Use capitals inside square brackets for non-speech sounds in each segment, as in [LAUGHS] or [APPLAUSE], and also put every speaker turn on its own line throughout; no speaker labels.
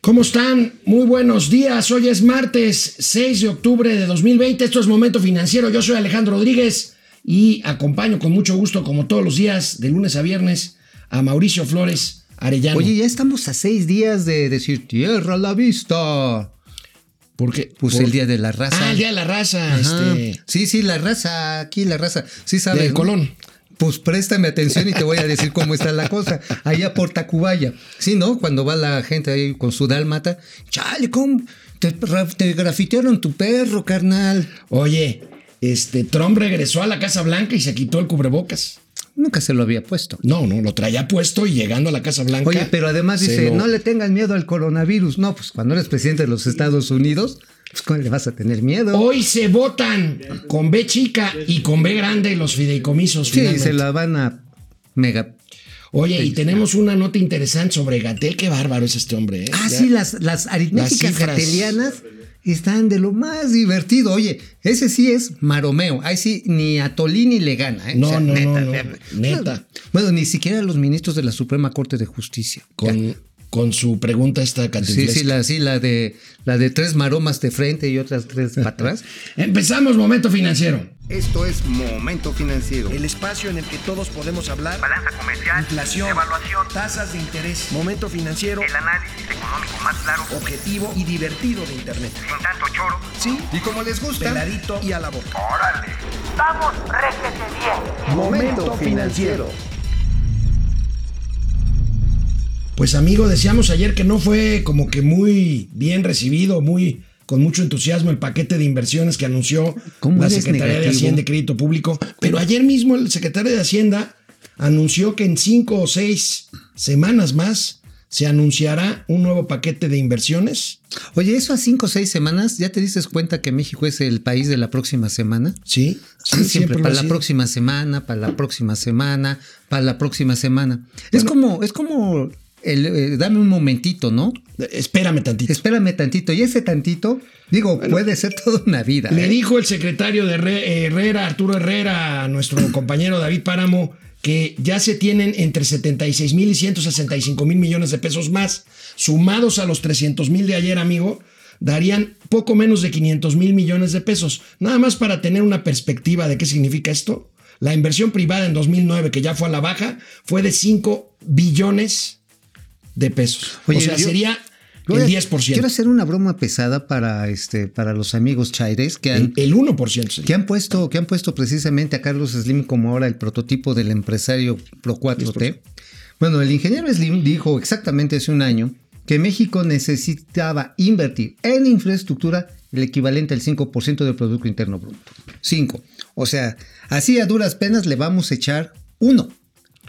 ¿Cómo están? Muy buenos días. Hoy es martes 6 de octubre de 2020. Esto es Momento Financiero. Yo soy Alejandro Rodríguez y acompaño con mucho gusto, como todos los días, de lunes a viernes, a Mauricio Flores Arellano.
Oye, ya estamos a seis días de decir tierra a la vista.
porque
Pues
por-
el día de la raza.
Ah, el día de la raza,
Ajá.
este,
Sí, sí, la raza, aquí la raza. Sí, sabes.
del
¿no?
Colón.
Pues préstame atención y te voy a decir cómo está la cosa. Allá por Tacubaya. Sí, ¿no? Cuando va la gente ahí con su dálmata. Chale, ¿cómo? Te, ra- te grafitearon tu perro, carnal.
Oye, este Trump regresó a la Casa Blanca y se quitó el cubrebocas.
Nunca se lo había puesto.
No, no, lo traía puesto y llegando a la Casa Blanca.
Oye, pero además
se
dice,
lo-
no le tengan miedo al coronavirus. No, pues cuando eres presidente de los Estados Unidos, pues ¿cómo le vas a tener miedo?
Hoy se votan con B chica y con B grande los fideicomisos.
Sí,
finalmente.
se la van a mega.
Oye, y tenemos una nota interesante sobre Gatel. Qué bárbaro es este hombre. ¿eh?
Ah,
Ya-
sí, las, las
Las
aritméticas
cifras.
gatelianas están de lo más divertido. Oye, ese sí es maromeo. Ahí sí, ni a Tolini le gana. ¿eh?
No, no, no, no, neta.
Bueno, ni siquiera a los ministros de la Suprema Corte de Justicia.
Con, con su pregunta esta
Sí,
cantinflesca.
sí, la, sí, la de la de tres maromas de frente y otras tres
[LAUGHS]
para atrás.
Empezamos Momento Financiero.
Esto es Momento Financiero.
El espacio en el que todos podemos hablar.
balanza comercial,
Inflación.
evaluación,
Tasas de interés. Momento financiero.
el análisis económico más claro,
Oh. Objetivo y divertido de Internet.
sin tanto choro.
Sí.
Y como les gusta,
Peladito y a la boca.
¡Órale! ¡Vamos, réquete bien!
Momento financiero.
Pues amigo, decíamos ayer que no fue como que muy bien recibido, muy con mucho entusiasmo el paquete de inversiones que anunció
¿Cómo
la
eres
Secretaría de
negativo?
Hacienda y Crédito Público. Pero ayer mismo el secretario de Hacienda anunció que en cinco o seis semanas más se anunciará un nuevo paquete de inversiones.
Oye, eso a cinco o seis semanas, ¿ya te dices cuenta que México es el país de la próxima semana?
Sí, sí,
Ah, siempre,
lo
para
ha
la
sido.
próxima semana, para la próxima semana, para la próxima semana. es como, es como el, eh, dame un momentito, ¿no?
Espérame tantito.
Espérame tantito. Y ese tantito, digo, puede ser toda una vida.
Le
¿eh?
dijo el secretario de Herre- Herrera, Arturo Herrera, a
[COUGHS]
nuestro compañero David Páramo, que ya se tienen entre 76 mil y 165 mil millones de pesos más, sumados a los 300 mil de ayer, amigo, darían poco menos de 500 mil millones de pesos. Nada más para tener una perspectiva de qué significa esto. La inversión privada en 2009, que ya fue a la baja, fue de 5 billones de pesos.
Oye,
o sea,
yo-
sería
Voy
el
a-
10%.
Quiero hacer una broma pesada para, este, para los amigos chaires que han,
el, el 1%. sería.
que han puesto, que han puesto precisamente a Carlos Slim como ahora el prototipo del empresario Pro 4T. Bueno, el ingeniero Slim dijo exactamente hace un año que México necesitaba invertir en infraestructura el equivalente al 5% del Producto Interno Bruto. 5. O sea, así a duras penas le vamos a echar uno.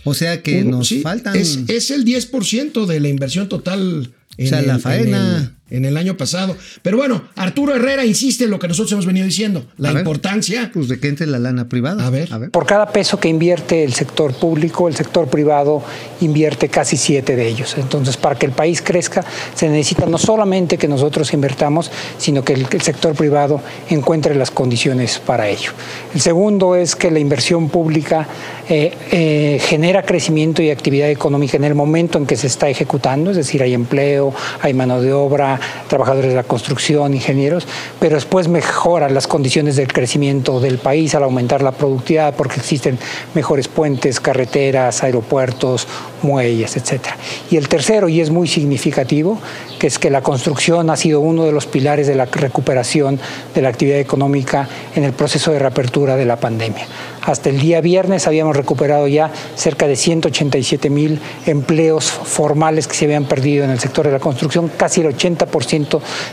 O sea que
Uno,
nos
sí,
faltan...
Es, es el 10% de la inversión total
O sea, la faena.
el- en el año pasado. Pero bueno, Arturo Herrera insiste en lo que nosotros hemos venido diciendo: la
A ver.
importancia.
Pues de que entre la lana privada.
A ver.
Por cada peso que invierte el sector público, el sector privado invierte casi siete de ellos. Entonces, para que el país crezca, se necesita no solamente que nosotros invertamos, sino que el, que el sector privado encuentre las condiciones para ello. El segundo es que la inversión pública eh, eh, genera crecimiento y actividad económica en el momento en que se está ejecutando, es decir, hay empleo, hay mano de obra, trabajadores de la construcción, ingenieros, pero después mejora las condiciones del crecimiento del país al aumentar la productividad porque existen mejores puentes, carreteras, aeropuertos, muelles, etcétera. Y el tercero, y es muy significativo, que es que la construcción ha sido uno de los pilares de la recuperación de la actividad económica en el proceso de reapertura de la pandemia. Hasta el día viernes habíamos recuperado ya cerca de 187 mil empleos formales que se habían perdido en el sector de la construcción, casi el 80%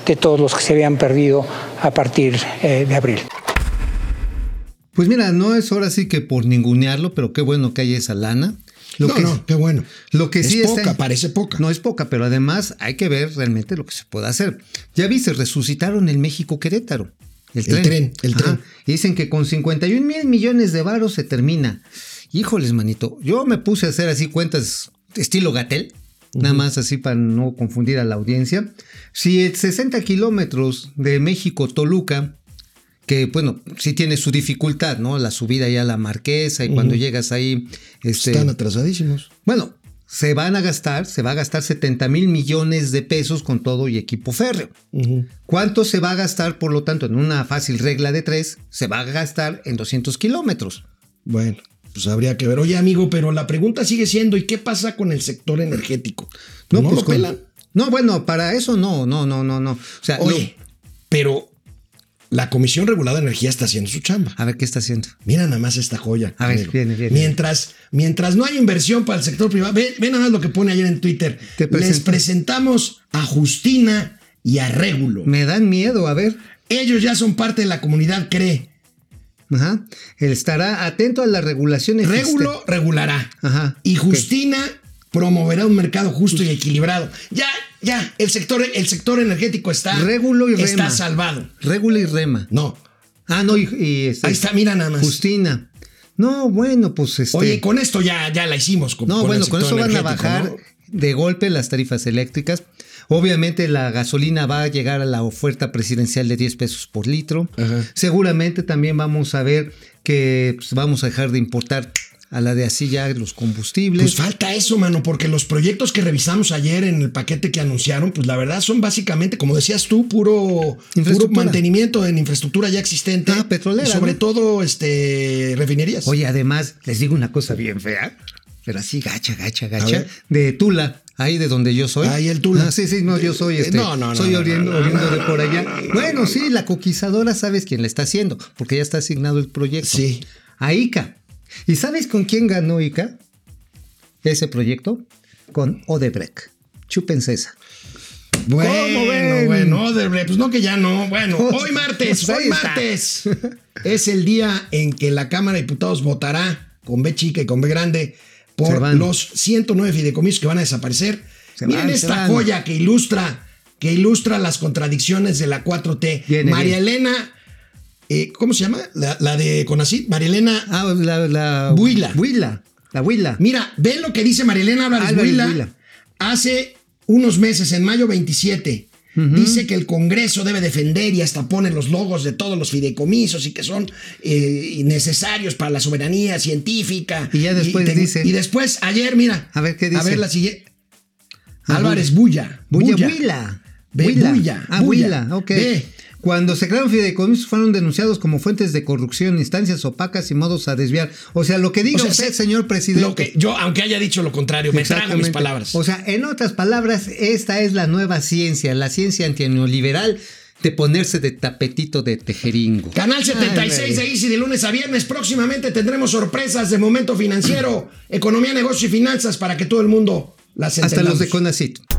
de todos los que se habían perdido a partir eh, de abril.
Pues mira, no es ahora sí que por ningunearlo, pero qué bueno que hay esa lana. Lo
no,
que-
no, qué bueno.
Lo que
Es
sí
poca,
está en-
parece poca.
No es poca, pero además hay que ver realmente lo que se puede hacer. Ya viste, resucitaron el México Querétaro. El
El
tren.
tren, el tren.
Y dicen que con 51 mil millones de varos se termina. Híjoles, manito. Yo me puse a hacer así cuentas estilo Gatel. Nada más así para no confundir a la audiencia. Si el 60 kilómetros de México, Toluca, que bueno, sí tiene su dificultad,
Pues
¿no? La subida ya a la marquesa y cuando llegas ahí. Este,
Están atrasadísimos.
bueno, se van a gastar, se va a gastar 70 mil millones de pesos con todo y equipo férreo. ¿Cuánto se va a gastar, por lo tanto, en una fácil regla de tres? Se va a gastar en 200 kilómetros.
Bueno, pues habría que ver. Oye, amigo, pero la pregunta sigue siendo: ¿y qué pasa con el sector energético? No,
pues
lo
con-
pelan.
No, bueno, para eso no, no, no, no, no. O sea, no.
Oye, pero la Comisión Regulada de Energía está haciendo su chamba.
a ver qué está haciendo.
Mira nada más esta joya.
A ver,
amigo.
viene, viene.
Mientras, mientras no hay inversión para el sector privado, ve, ve nada más lo que pone ayer en Twitter.
Te
Les
presento.
presentamos a Justina y a Régulo.
Me dan miedo, a ver.
Ellos ya son parte de la comunidad CRE.
Ajá. Él estará atento a las regulaciones.
Régulo regulará.
Ajá,
Y
ok.
Justina promoverá un mercado justo y equilibrado. Ya, ya, el sector, el sector energético está,
Régulo y
está
Rema.
salvado.
Regula y rema.
No.
Ah, no, y, y, este,
Ahí está, mira nada más.
Justina. No, bueno, pues este.
Oye, con esto ya, ya la hicimos. Con,
no,
el
bueno, con
sector
eso van a
energético,
bajar
¿no?
de golpe las tarifas eléctricas. Obviamente la gasolina va a llegar a la oferta presidencial de 10 pesos por litro.
Ajá.
Seguramente también vamos a ver que pues, vamos a dejar de importar a la de así ya los combustibles.
Pues falta eso, mano, porque los proyectos que revisamos ayer en el paquete que anunciaron, pues la verdad son básicamente, como decías tú, puro, puro
Infraestructura.
mantenimiento en infraestructura ya existente.
Ah, petrolera,
Y sobre
¿no?
todo, este, refinerías.
Oye, además, les digo una cosa bien fea, pero así gacha, gacha, gacha,
ver.
de Tula. Ahí de donde yo soy.
Ahí el Tula.
Ah, sí, sí, no, yo soy
Eh,
este.
no, no, no,
Soy
no,
oriundo,
no, no,
oriundo
no,
de
no,
por
no,
allá.
no, no,
bueno, sí, la coquizadora sabes quién la está haciendo, porque ya está asignado el proyecto.
Sí.
A ICA. ¿Y sabes con quién ganó ICA ese proyecto? Con Odebrecht. Chúpense esa. ¿cómo ven? [LAUGHS]
bueno, Odebrecht, pues no que ya no. Bueno,
Pues,
hoy martes,
pues ahí
hoy
está.
martes [LAUGHS] es el día en que la Cámara de Diputados votará con B chica y con B grande
Se
por
van.
los 109 fideicomisos que van a desaparecer.
Se
Miren
van, se
esta
van.
joya que ilustra que ilustra las contradicciones de la 4T.
Viene,
María
viene.
Elena, eh, ¿cómo se llama? La, la de Conacit, María Elena
Ah, la. la
Huila.
Huila. La Huila.
Mira, ven lo que dice Marilena Álvarez,
Álvarez
Huila,
Huila.
hace unos meses, en mayo 27. Dice que el Congreso debe defender y hasta pone los logos de todos los fideicomisos y que son eh, necesarios para la soberanía científica.
Y ya después
tengo-
dice-
Y después, ayer, mira.
A ver, ¿qué dice?
A ver la siguiente.
Ah,
Álvarez Bulla.
Bulla, Huila.
Ve,
Huila.
Bulla,
Ah,
Bulla.
Huila, ok.
Ve.
Cuando se crearon fideicomisos fueron denunciados como fuentes de corrupción, instancias opacas y modos a desviar. O sea, lo que diga
O sea,
usted,
se-
señor presidente.
Lo que yo, aunque haya dicho lo contrario, me trago mis
Exactamente.
palabras.
O sea, en otras palabras, esta es la nueva ciencia, la ciencia antineoliberal de ponerse de tapetito de tejeringo.
Canal 76 de Easy de lunes a viernes. Próximamente tendremos sorpresas de momento financiero, economía, negocio y finanzas para que todo el mundo las
Hasta
entendamos.
los de Conacit.